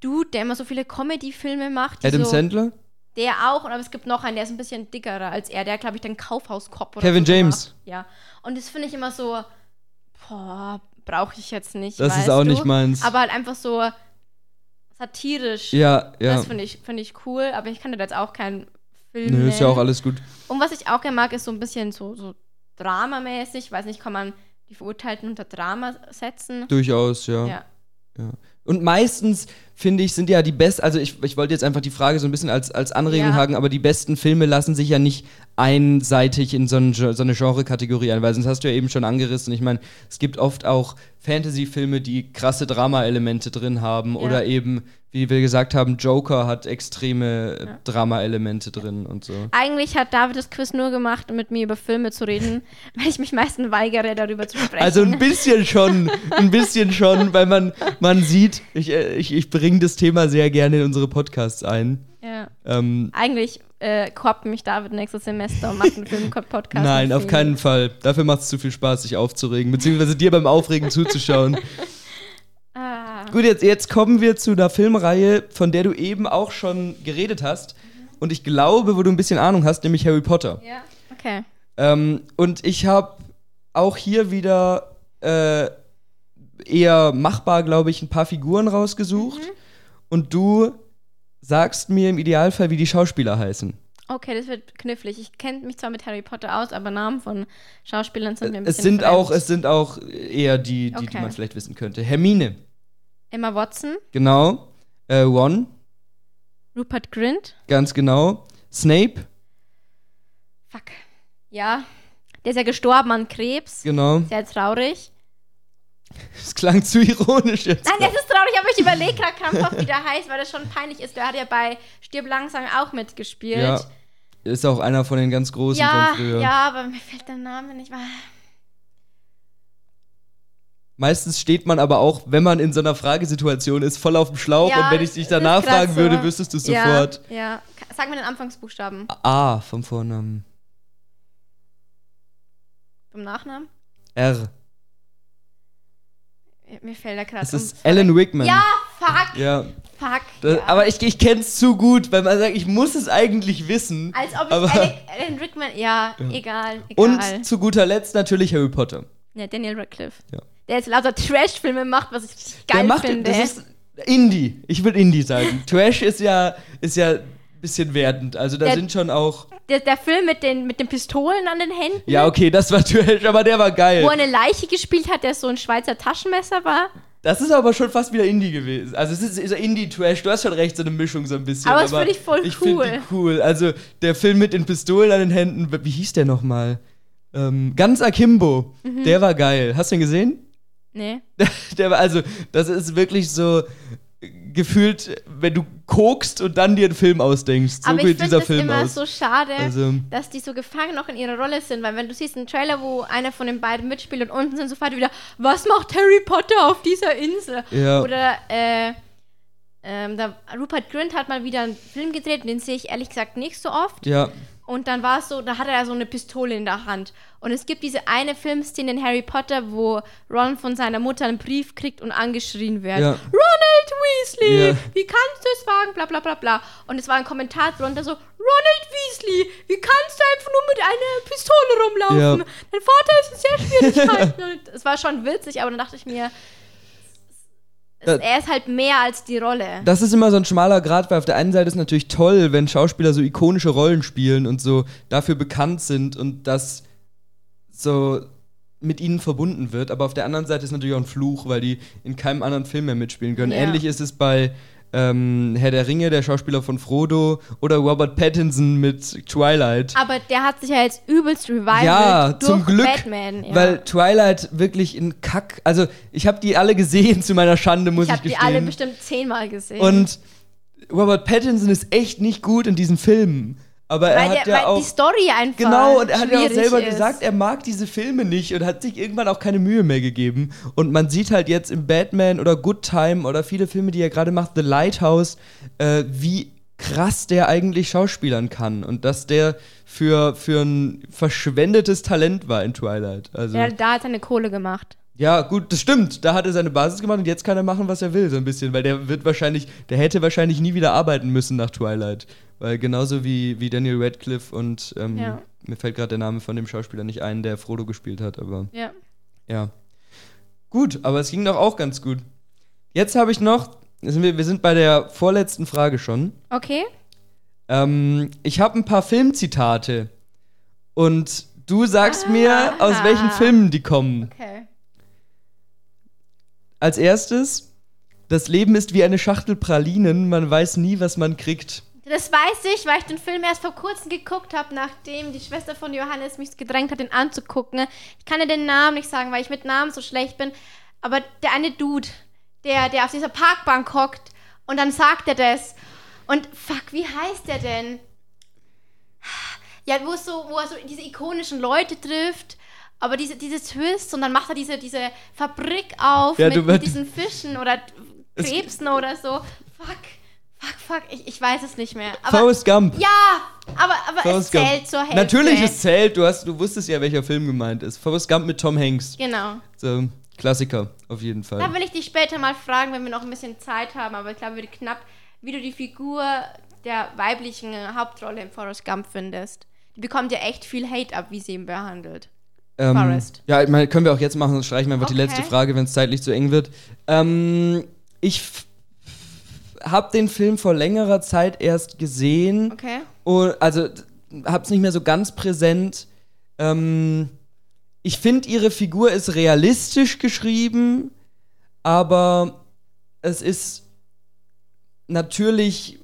A: Dude, der immer so viele Comedy-Filme macht. Die
B: Adam
A: so,
B: Sandler?
A: Der auch, und aber es gibt noch einen, der ist ein bisschen dickerer als er. Der, glaube ich, den Kaufhauskopf oder
B: Kevin
A: so
B: James.
A: Gemacht. Ja. Und das finde ich immer so. Boah, brauche ich jetzt nicht.
B: Das ist
A: weißt
B: auch
A: du?
B: nicht meins.
A: Aber halt einfach so satirisch.
B: Ja, ja.
A: Das finde ich, finde ich cool, aber ich kann dir da jetzt auch keinen Film. ne?
B: Nö, ist ja
A: nennen.
B: auch alles gut.
A: Und was ich auch gerne mag, ist so ein bisschen so, so dramamäßig. Weiß nicht, kann man die Verurteilten unter Drama setzen?
B: Durchaus, ja.
A: Ja.
B: Ja. Und meistens, finde ich, sind ja die besten, also ich, ich wollte jetzt einfach die Frage so ein bisschen als, als Anregung
A: Ja.
B: haken, aber die besten Filme lassen sich ja nicht einseitig in so, ein, Ge- so eine Genre-Kategorie ein, weil sonst hast du ja eben schon angerissen. Ich meine, es gibt oft auch Fantasy-Filme, die krasse Drama-Elemente drin haben oder eben, wie wir gesagt haben, Joker hat extreme äh, Drama-Elemente drin und so.
A: Eigentlich hat David das Quiz nur gemacht, um mit mir über Filme zu reden, weil ich mich meistens weigere, darüber zu sprechen.
B: Also ein bisschen schon, ein bisschen schon, weil man, man sieht, ich, äh, ich, ich bringe das Thema sehr gerne in unsere Podcasts ein.
A: ja.
B: Ähm,
A: Eigentlich äh, korbt mich David nächstes Semester und macht einen Film-Podcast.
B: Nein, auf keinen Fall. Dafür macht es zu viel Spaß, sich aufzuregen, beziehungsweise dir beim Aufregen zuzuschauen.
A: Ah,
B: Gut, jetzt, jetzt kommen wir zu einer Filmreihe, von der du eben auch schon geredet hast. Und ich glaube, wo du ein bisschen Ahnung hast, nämlich Harry Potter.
A: ja. Okay.
B: Ähm, und ich habe auch hier wieder äh, eher machbar, glaube ich, ein paar Figuren rausgesucht.
A: Mhm.
B: Und du sagst mir im Idealfall, wie die Schauspieler heißen.
A: Okay, das wird knifflig. Ich kenne mich zwar mit Harry Potter aus, aber Namen von Schauspielern sind mir ein bisschen
B: Äh, Es sind,
A: fremd.
B: auch, es sind auch eher die, die, die
A: Okay.
B: man vielleicht wissen könnte. Hermine.
A: Emma Watson,
B: Genau. Äh, Ron,
A: Rupert Grint.
B: ganz genau. Snape,
A: Fuck. Ja. Der ist ja gestorben an Krebs.
B: genau.
A: Sehr traurig.
B: Es klang zu ironisch jetzt.
A: Nein, das ist traurig, aber ich überlege gerade krampfhaft, wie der heißt, weil das schon peinlich ist. Der hat ja bei Stirb langsam auch mitgespielt.
B: ja. Ist auch einer von den ganz Großen
A: ja,
B: von früher.
A: ja, aber mir fällt der Name nicht. Mal.
B: Meistens steht man aber auch, wenn man in so einer Fragesituation ist, voll auf dem Schlauch.
A: Ja,
B: und wenn ich dich
A: das ist
B: danach
A: grad
B: fragen
A: so.
B: würde, wüsstest du es sofort.
A: Ja, ja. Ka- Sag mir den Anfangsbuchstaben
B: A vom Vornamen.
A: vom Nachnamen.
B: R.
A: Mir fällt der gerade.
B: Es ist
A: um-
B: Alan Rickman.
A: Ja, fuck,
B: Ja.
A: fuck.
B: Das,
A: ja.
B: Aber ich, ich kenne es zu gut, weil man sagt, ich muss es eigentlich wissen.
A: Als ob ich
B: aber-
A: Alec, Alan Rickman. Ja, egal.
B: und
A: egal.
B: zu guter Letzt natürlich Harry Potter.
A: ja, Daniel Radcliffe.
B: Ja.
A: Der jetzt lauter Trash-Filme macht, was ich richtig geil
B: Der macht,
A: finde.
B: das ist Indie. Ich würde Indie sagen. Trash ist ja, ist ja ein bisschen wertend. Also da
A: Der-
B: sind schon auch.
A: der, der Film mit den, mit den Pistolen an den Händen,
B: Ja, okay, das war Trash, aber der war geil.
A: wo ne- er eine Leiche gespielt hat, der so ein Schweizer Taschenmesser war.
B: Das ist aber schon fast wieder Indie gewesen. Also es ist, ist Indie-Trash. Du hast schon recht, so eine Mischung so ein bisschen.
A: Aber das finde ich voll
B: find
A: cool.
B: die cool. Also der Film mit den Pistolen an den Händen. Wie hieß der nochmal? Ähm, Ganz Akimbo.
A: Mhm.
B: Der war geil. Hast du ihn gesehen?
A: Nee.
B: Der war also, das ist wirklich so äh, gefühlt, wenn du kokst und dann dir einen Film ausdenkst. So
A: Aber ich
B: geht
A: finde
B: dieser
A: es
B: Film
A: immer
B: aus.
A: so schade,
B: Also-
A: dass die so gefangen noch in ihrer Rolle sind, weil wenn du siehst einen Trailer, wo einer von den beiden mitspielt und unten sind sofort wieder, was macht Harry Potter auf dieser Insel?
B: Ja.
A: Oder äh, ähm, da, Rupert Grint hat mal wieder einen Film gedreht, den sehe ich ehrlich gesagt nicht so oft.
B: ja,
A: Und dann war es so, da hatte er so eine Pistole in der Hand. Und es gibt diese eine Filmszene in Harry Potter, wo Ron von seiner Mutter einen Brief kriegt und angeschrien wird.
B: Ja.
A: Ronald Weasley,
B: Ja.
A: wie kannst du es wagen? Bla bla bla bla. Und es war ein Kommentar drunter so, Ronald Weasley, wie kannst du einfach nur mit einer Pistole rumlaufen?
B: Ja.
A: Dein Vater ist in sehr Schwierigkeiten. Und es war schon witzig, aber dann dachte ich mir, es-
B: Da-
A: er ist halt mehr als die Rolle.
B: Das ist immer so ein schmaler Grad, weil auf der einen Seite ist natürlich toll, wenn Schauspieler so ikonische Rollen spielen und so dafür bekannt sind und das so mit ihnen verbunden wird. Aber auf der anderen Seite ist natürlich auch ein Fluch, weil die in keinem anderen Film mehr mitspielen können.
A: Ja.
B: Ähnlich ist es bei ähm, Herr der Ringe, der Schauspieler von Frodo oder Robert Pattinson mit Twilight.
A: aber der hat sich ja jetzt übelst revived
B: Ja,
A: durch
B: zum Glück.
A: Batman. Ja.
B: Weil Twilight wirklich in Kack. Also, ich habe die alle gesehen zu meiner Schande, muss
A: Ich
B: ich,
A: habe die
B: gestehen.
A: alle bestimmt zehnmal gesehen.
B: Und Robert Pattinson ist echt nicht gut in diesen Filmen. Aber er
A: weil,
B: hat
A: der,
B: ja
A: weil
B: auch.
A: die Story einfach.
B: Genau, und er hat ja auch
A: schwierig
B: selber
A: ist.
B: gesagt, er mag diese Filme nicht und hat sich irgendwann auch keine Mühe mehr gegeben. Und man sieht halt jetzt im Batman oder Good Time oder viele Filme, die er gerade macht, The Lighthouse, äh, wie krass der eigentlich schauspielern kann. Und dass der für, für ein verschwendetes Talent war in Twilight. Also,
A: Ja,
B: ja.
A: da hat er eine Kohle gemacht.
B: gut, das stimmt. Da hat er seine Basis gemacht und jetzt kann er machen, was er will, so ein bisschen. Weil der wird wahrscheinlich, der hätte wahrscheinlich nie wieder arbeiten müssen nach Twilight. Weil genauso wie, wie Daniel Radcliffe und ähm,
A: Ja.
B: mir fällt gerade der Name von dem Schauspieler nicht ein, der Frodo gespielt hat, aber
A: Ja.
B: ja. Gut, aber es ging doch auch ganz gut. Jetzt habe ich noch, sind wir, wir sind bei der vorletzten Frage schon.
A: Okay.
B: Ähm, ich habe ein paar Filmzitate und du sagst mir, aus welchen Filmen die kommen.
A: Okay.
B: Als erstes, das Leben ist wie eine Schachtel Pralinen, man weiß nie, was man kriegt.
A: Das weiß ich, weil ich den Film erst vor kurzem geguckt habe, nachdem die Schwester von Johannes mich gedrängt hat, den anzugucken. Ich kann ja den Namen nicht sagen, weil ich mit Namen so schlecht bin. Aber der eine Dude, der, der auf dieser Parkbank hockt und dann sagt er das. Und fuck, wie heißt der denn? Ja, wo, es so, wo er so diese ikonischen Leute trifft. Aber diese, dieses Twist und dann macht er diese, diese Fabrik auf
B: Ja, du
A: mit,
B: wird-
A: mit diesen Fischen oder
B: Es-
A: Krebsen oder so. Fuck, fuck, fuck, ich, ich weiß es nicht mehr. Aber,
B: Forrest Gump.
A: ja, aber, aber es
B: Forrest Gump.
A: zählt zur Hälfte.
B: Natürlich, es zählt. Du, hast, du wusstest ja, welcher Film gemeint ist. Forrest Gump mit Tom Hanks.
A: Genau.
B: So, Klassiker, auf jeden Fall.
A: Da will ich dich später mal fragen, wenn wir noch ein bisschen Zeit haben, aber ich glaube, wird knapp, wie du die Figur der weiblichen Hauptrolle in Forrest Gump findest. Die bekommt ja echt viel Hate ab, wie sie ihn behandelt.
B: Ähm,
A: Forrest.
B: Ja, ich meine, können wir auch jetzt machen, sonst streichen wir einfach die
A: Okay.
B: letzte Frage, wenn es zeitlich zu eng wird. Ähm, ich f- hab den Film vor längerer Zeit erst gesehen.
A: Okay?
B: Und, also d- hab's nicht mehr so ganz präsent. Ähm, ich finde, ihre Figur ist realistisch geschrieben, aber es ist natürlich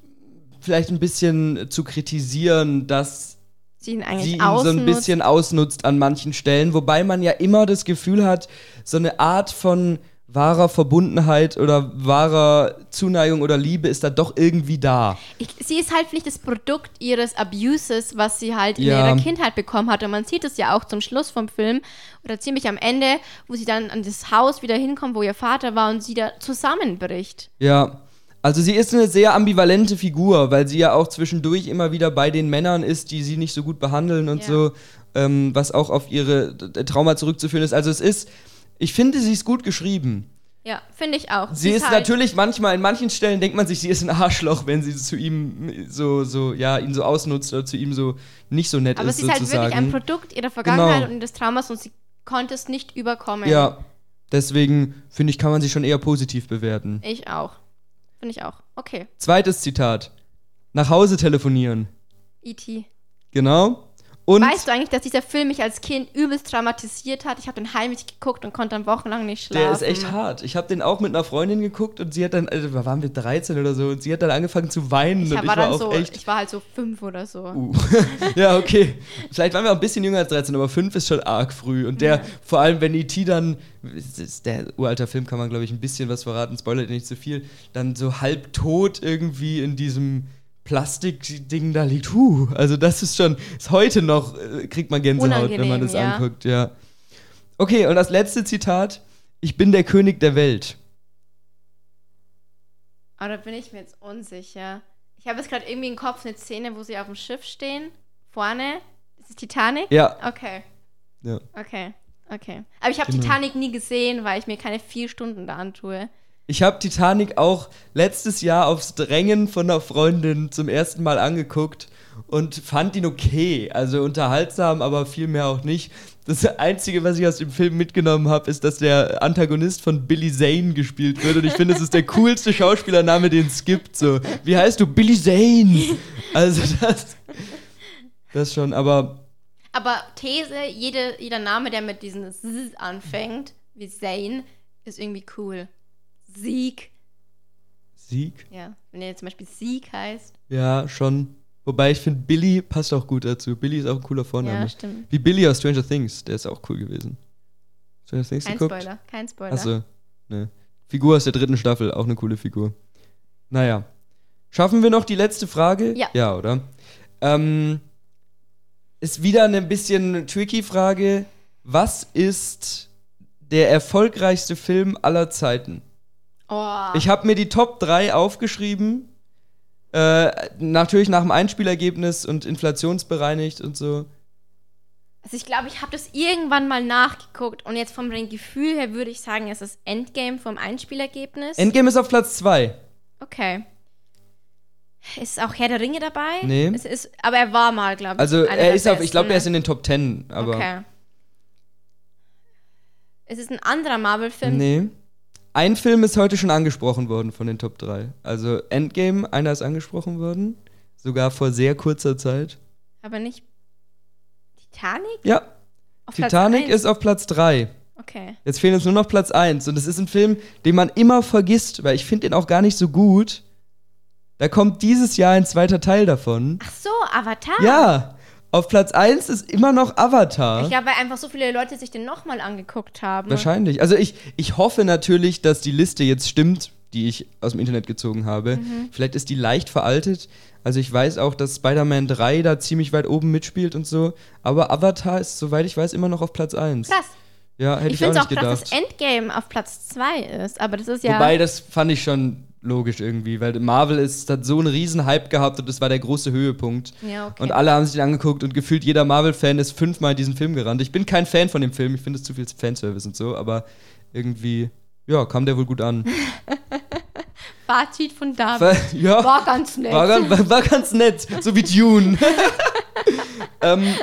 B: vielleicht ein bisschen zu kritisieren, dass
A: Sie ihn eigentlich
B: sie ihn so
A: ausnutzt.
B: ein bisschen ausnutzt an manchen Stellen, wobei man ja immer das Gefühl hat, so eine Art von wahrer Verbundenheit oder wahrer Zuneigung oder Liebe ist da doch irgendwie da.
A: ich, sie ist halt nicht das Produkt ihres Abuses, was sie halt
B: Ja.
A: in ihrer Kindheit bekommen hat. Und man sieht es ja auch zum Schluss vom Film oder ziemlich am Ende, wo sie dann an das Haus wieder hinkommt, wo ihr Vater war und sie da zusammenbricht.
B: Ja. Also sie ist eine sehr ambivalente Figur, weil sie ja auch zwischendurch immer wieder bei den Männern ist, die sie nicht so gut behandeln und
A: Ja.
B: so, ähm, was auch auf ihre äh, Trauma zurückzuführen ist. Also es ist, ich finde, sie ist gut geschrieben.
A: Ja, finde ich auch.
B: Sie ist
A: halt-
B: natürlich manchmal, in manchen Stellen denkt man sich, sie ist ein Arschloch, wenn sie zu ihm so, so, ja, ihn so ausnutzt oder zu ihm so nicht so nett
A: Aber
B: ist
A: sie ist halt
B: sozusagen.
A: wirklich ein Produkt ihrer Vergangenheit
B: Genau.
A: und des Traumas und sie konnte es nicht überkommen.
B: ja, deswegen finde ich, kann man sie schon eher positiv bewerten.
A: Ich auch. Finde ich auch. Okay.
B: Zweites Zitat. Nach Hause telefonieren.
A: E.T.
B: Genau. Und
A: E Weißt du eigentlich, dass dieser Film mich als Kind übelst traumatisiert hat? Ich habe den heimlich geguckt und konnte dann wochenlang nicht schlafen.
B: der ist echt hart. Ich habe den auch mit einer Freundin geguckt und sie hat dann, also da waren wir 13 oder so, und sie hat dann angefangen zu weinen
A: Ich
B: und
A: war,
B: ich war
A: dann
B: auch
A: so,
B: echt.
A: ich war halt so fünf oder so.
B: Uh. ja, okay. Vielleicht waren wir auch ein bisschen jünger als 13, aber 5 ist schon arg früh. Und der, vor allem wenn E.T. dann, das ist der uralter Film kann man, glaube ich, ein bisschen was verraten, spoilert nicht zu viel, dann so halb tot irgendwie in diesem Plastikding da liegt. Huh, also das ist schon, ist heute noch, äh, kriegt man Gänsehaut, wenn man
A: Unangenehm,
B: das
A: ja.
B: anguckt, ja. Okay, und das letzte Zitat. Ich bin der König der Welt.
A: Aber da bin ich mir jetzt unsicher. Ich habe jetzt gerade irgendwie im Kopf eine Szene, wo sie auf dem Schiff stehen. Vorne. Ist es Titanic?
B: Ja.
A: Okay,
B: ja.
A: okay, okay. Aber ich habe
B: Genau.
A: Titanic nie gesehen, weil ich mir keine vier Stunden da antue.
B: Ich habe Titanic auch letztes Jahr aufs Drängen von einer Freundin zum ersten Mal angeguckt und fand ihn okay. Also unterhaltsam, aber viel mehr auch nicht. Das Einzige, was ich aus dem Film mitgenommen habe, ist, dass der Antagonist von Billy Zane gespielt wird. Und ich finde, das ist der coolste Schauspielername, den es gibt. So, wie heißt du? Billy Zane! Also das, das schon. Aber
A: Aber These, jede, jeder Name, der mit diesem S anfängt, wie Zane, ist irgendwie cool. Sieg.
B: Sieg?
A: Ja, wenn er jetzt zum Beispiel Sieg heißt.
B: Ja, schon. Wobei ich finde, Billy passt auch gut dazu. Billy ist auch ein cooler Vorname.
A: Ja, stimmt.
B: Wie Billy aus Stranger Things, der ist auch cool gewesen. Stranger Things
A: Kein
B: geguckt?
A: Spoiler, kein Spoiler.
B: Achso, ne. Figur aus der dritten Staffel, auch eine coole Figur. Naja. Schaffen wir noch die letzte Frage?
A: Ja.
B: Ja, oder? Ähm, ist wieder eine bisschen tricky Frage. Was ist der erfolgreichste Film aller Zeiten?
A: Oh,
B: Ich habe mir die Top 3 aufgeschrieben. Äh, natürlich nach dem Einspielergebnis und inflationsbereinigt und so.
A: also ich glaube, ich habe das irgendwann mal nachgeguckt und jetzt vom Gefühl her würde ich sagen, es ist Endgame vom Einspielergebnis.
B: Endgame ist auf Platz 2.
A: okay. Ist auch Herr der Ringe dabei?
B: Nee.
A: Es ist, aber er war mal, glaube ich.
B: Also
A: einer
B: er
A: der
B: ist auf, ich
A: Besten,
B: glaube, er
A: ne?
B: ist in den Top 10, aber
A: Okay. Es ist ein anderer Marvel-Film.
B: nee. Ein Film ist heute schon angesprochen worden von den Top 3. Also Endgame, einer ist angesprochen worden, sogar vor sehr kurzer Zeit.
A: Aber nicht Titanic?
B: Ja,
A: Auf Platz
B: Titanic
A: eins?
B: ist auf Platz 3.
A: Okay.
B: Jetzt fehlen uns nur noch Platz 1 und es ist ein Film, den man immer vergisst, weil ich finde den auch gar nicht so gut. Da kommt dieses Jahr ein zweiter Teil davon.
A: Ach so, Avatar.
B: Ja, auf Platz 1 ist immer noch Avatar.
A: Ich glaube, weil einfach so viele Leute sich den nochmal angeguckt haben.
B: Wahrscheinlich. Also ich, ich hoffe natürlich, dass die Liste jetzt stimmt, die ich aus dem Internet gezogen habe.
A: Mhm.
B: Vielleicht ist die leicht veraltet. Also ich weiß auch, dass Spider-Man 3 da ziemlich weit oben mitspielt und so. Aber Avatar ist, soweit ich weiß, immer noch auf Platz 1.
A: Krass.
B: Ja, hätte
A: Ich,
B: ich, auch
A: finde es
B: nicht
A: auch
B: gedacht.
A: krass, dass Endgame auf Platz 2 ist, aber das ist ja.
B: Wobei, das fand ich schon logisch irgendwie, weil Marvel ist, hat so einen riesen Hype gehabt und das war der große Höhepunkt.
A: Ja, okay.
B: Und alle haben sich den angeguckt und gefühlt jeder Marvel-Fan ist fünfmal in diesen Film gerannt. Ich bin kein Fan von dem Film, ich finde es zu viel Fanservice und so, aber irgendwie, ja, kam der wohl gut an.
A: Fazit von da
B: Ver- ja,
A: war ganz nett.
B: war, ganz, war, war ganz nett, so wie Dune. ähm,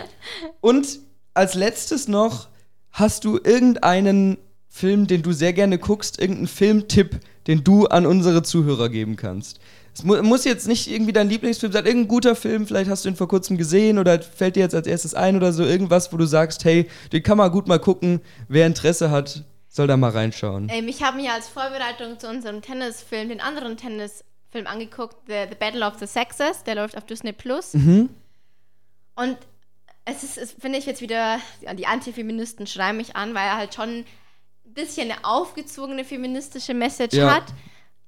B: und als letztes noch, hast du irgendeinen Film, den du sehr gerne guckst, irgendeinen Filmtipp, den du an unsere Zuhörer geben kannst? Es mu muss jetzt nicht irgendwie dein Lieblingsfilm sein, irgendein guter Film, vielleicht hast du ihn vor kurzem gesehen oder fällt dir jetzt als erstes ein oder so, irgendwas, wo du sagst, hey, den kann man gut mal gucken, wer Interesse hat, soll da mal reinschauen.
A: Ähm, ich habe mir als Vorbereitung zu unserem Tennisfilm den anderen Tennisfilm angeguckt, The, the Battle of the Sexes, der läuft auf Disney Plus.
B: Mhm.
A: Und es ist, es finde ich jetzt wieder, ja, die Antifeministen schreien mich an, weil er halt schon ein bisschen eine aufgezwungene feministische Message
B: Ja.
A: hat.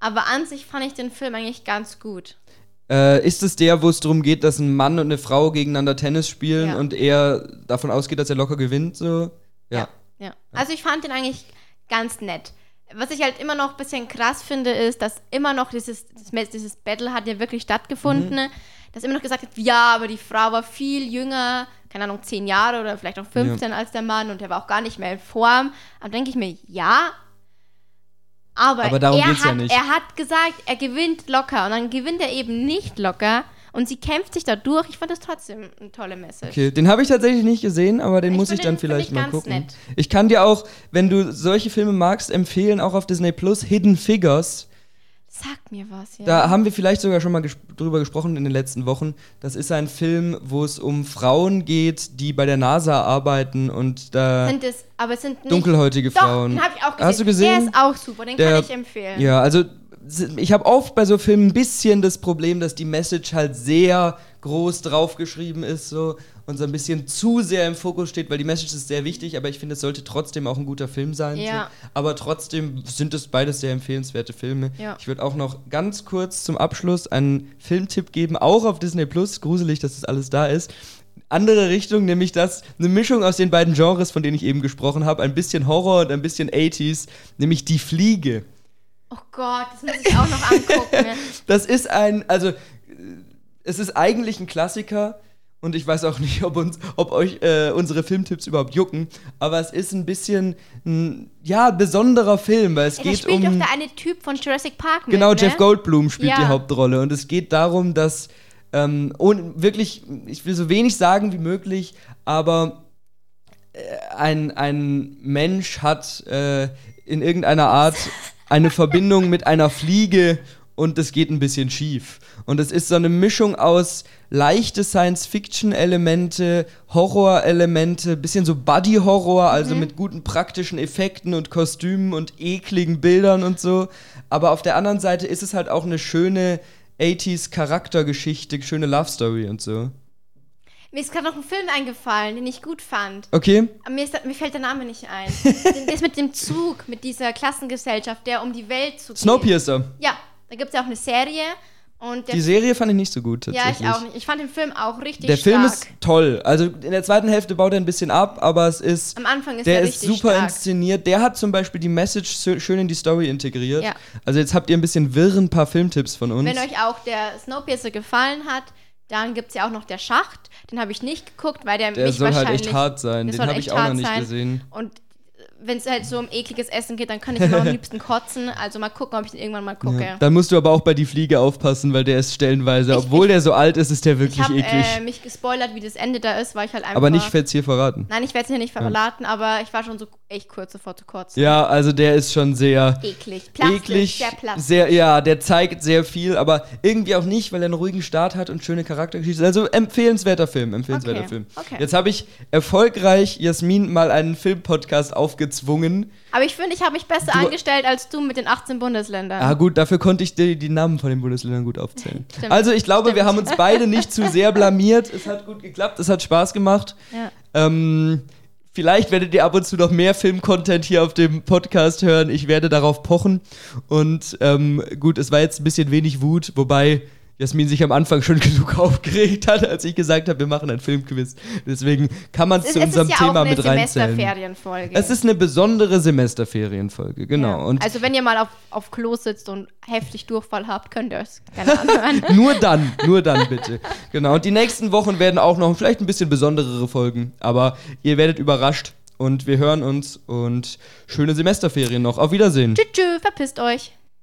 A: Aber an sich fand ich den Film eigentlich ganz gut.
B: Äh, ist es der, wo es darum geht, dass ein Mann und eine Frau gegeneinander Tennis spielen
A: Ja.
B: und er davon ausgeht, dass er locker gewinnt? So? Ja.
A: ja. Also ich fand den eigentlich ganz nett. Was ich halt immer noch ein bisschen krass finde, ist, dass immer noch dieses, das Match- dieses Battle hat ja wirklich stattgefunden,
B: Mhm.
A: dass immer noch gesagt wird, ja, aber die Frau war viel jünger, keine Ahnung, zehn Jahre oder vielleicht auch 15 als der Mann und der war auch gar nicht mehr in Form. Aber denke ich mir, ja, aber,
B: Aber darum
A: er,
B: geht's
A: hat,
B: ja nicht.
A: er hat gesagt, er gewinnt locker und dann gewinnt er eben nicht locker und sie kämpft sich da durch. Ich fand das trotzdem eine tolle Message.
B: Okay, den habe ich tatsächlich nicht gesehen, aber den
A: Ich
B: muss ich
A: find
B: dann
A: den- find
B: vielleicht
A: ich
B: mal
A: ganz
B: gucken.
A: nett.
B: Ich kann dir auch, wenn du solche Filme magst, empfehlen, auch auf Disney Plus Hidden Figures.
A: Sag mir was, ja.
B: Da haben wir vielleicht sogar schon mal ges drüber gesprochen in den letzten Wochen. Das ist ein Film, wo es um Frauen geht, die bei der NASA arbeiten und da
A: sind es, aber es sind nicht.
B: dunkelhäutige
A: Doch,
B: Frauen.
A: den hab ich auch gesehen.
B: Hast du gesehen?
A: Der ist auch super, den
B: Der-
A: kann ich empfehlen.
B: Ja, also ich habe oft bei so Filmen ein bisschen das Problem, dass die Message halt sehr groß draufgeschrieben ist so und so ein bisschen zu sehr im Fokus steht, weil die Message ist sehr wichtig, aber ich finde, es sollte trotzdem auch ein guter Film sein.
A: Ja.
B: So. Aber trotzdem sind es beides sehr empfehlenswerte Filme.
A: Ja.
B: Ich würde auch noch ganz kurz zum Abschluss einen Filmtipp geben, auch auf Disney Plus. Gruselig, dass das alles da ist. Andere Richtung, nämlich das, eine Mischung aus den beiden Genres, von denen ich eben gesprochen habe, ein bisschen Horror und ein bisschen 80s, nämlich Die Fliege.
A: Oh Gott, das muss ich auch noch angucken. ne?
B: Das ist ein, also äh, es ist eigentlich ein Klassiker und ich weiß auch nicht, ob uns, ob euch äh, unsere Filmtipps überhaupt jucken, aber es ist ein bisschen, ein, ja, besonderer Film, weil es
A: Ja, da
B: geht
A: spielt
B: um
A: doch der eine Typ von Jurassic Park mit,
B: genau
A: ne?
B: Jeff Goldblum spielt
A: Ja.
B: die Hauptrolle und es geht darum, dass ähm, ohne, wirklich, ich will so wenig sagen wie möglich, aber ein, ein Mensch hat äh, in irgendeiner Art eine Verbindung mit einer Fliege und das geht ein bisschen schief. Und es ist so eine Mischung aus leichte Science-Fiction-Elemente, Horror-Elemente, bisschen so Buddy-Horror, also
A: Mhm.
B: mit guten praktischen Effekten und Kostümen und ekligen Bildern und so. Aber auf der anderen Seite ist es halt auch eine schöne 80s-Charaktergeschichte, schöne Love-Story und so.
A: Mir ist gerade noch ein Film eingefallen, den ich gut fand.
B: Okay?
A: Aber Mir, ist, mir fällt der Name nicht ein. Den- Der ist mit dem Zug, mit dieser Klassengesellschaft, der um die Welt zu geht.
B: Snowpiercer.
A: Ja, da gibt es ja auch eine Serie. Und der
B: Die Serie fand ich nicht so gut
A: Ja,
B: tatsächlich.
A: ich auch nicht. Ich fand den Film auch richtig
B: Der Film
A: stark.
B: ist toll. Also in der zweiten Hälfte baut er ein bisschen ab, aber es ist.
A: Am Anfang ist er
B: der ist
A: richtig
B: super
A: stark.
B: inszeniert. Der hat zum Beispiel die Message so- schön in die Story integriert.
A: Ja.
B: Also jetzt habt ihr ein bisschen wirren paar Filmtipps von uns.
A: Wenn euch auch der Snowpiercer gefallen hat, dann gibt es ja auch noch der Schacht. Den habe ich nicht geguckt, weil der,
B: der
A: mich
B: soll halt
A: wahrscheinlich...
B: echt hart sein.
A: der
B: Den
A: soll
B: habe
A: echt
B: ich auch noch
A: hart
B: nicht
A: sein.
B: gesehen.
A: Und wenn es halt so um ekliges Essen geht, dann kann ich immer am liebsten kotzen. Also mal gucken, ob ich den irgendwann mal gucke.
B: Ja. Dann musst du aber auch bei die Fliege aufpassen, weil der ist stellenweise,
A: Ich-
B: obwohl der so alt ist, ist der
A: ich
B: wirklich
A: habe
B: eklig.
A: äh, mich gespoilert, wie das Ende da ist, weil ich halt einfach...
B: aber nicht jetzt hier verraten.
A: Nein, ich werde es hier nicht verraten, aber ich war schon so echt kurz davor zu kotzen.
B: Ja, also der ist schon sehr.
A: Eklig. Plastisch.
B: eklig,
A: Sehr plastisch.
B: sehr- ja, der zeigt sehr viel, aber irgendwie auch nicht, weil er einen ruhigen Start hat und schöne Charaktergeschichten. Also empfehlenswerter Film, empfehlenswerter
A: Okay,
B: Film.
A: okay.
B: Jetzt habe ich erfolgreich Jasmin mal einen Filmpodcast aufgezwungen.
A: Aber ich finde, ich habe mich besser
B: Du-
A: angestellt als du mit den 18 Bundesländern.
B: Ah gut, dafür konnte ich die, die Namen von den Bundesländern gut aufzählen.
A: Stimmt,
B: also ich glaube, wir
A: stimmt.
B: haben uns beide nicht zu sehr blamiert. Es hat gut geklappt, es hat Spaß gemacht.
A: Ja.
B: Ähm, vielleicht werdet ihr ab und zu noch mehr Film-Content hier auf dem Podcast hören. Ich werde darauf pochen. Und ähm, gut, es war jetzt ein bisschen wenig Wut, wobei Jasmin sich am Anfang schon genug aufgeregt hat, als ich gesagt habe, wir machen ein Filmquiz. Deswegen kann man es
A: Es
B: zu
A: ist, es
B: unserem
A: ist ja
B: Thema
A: auch eine
B: mit reinzählen.
A: Semesterferienfolge.
B: Es ist eine besondere Semesterferienfolge, genau.
A: Ja.
B: Und
A: also wenn ihr mal auf, auf Klo sitzt und heftig Durchfall habt, könnt ihr es gerne anhören.
B: nur dann, nur dann bitte. Genau. Und die nächsten Wochen werden auch noch vielleicht ein bisschen besonderere Folgen, aber ihr werdet überrascht und wir hören uns und schöne Semesterferien noch. Auf Wiedersehen.
A: tschüss, tschüss, verpisst euch.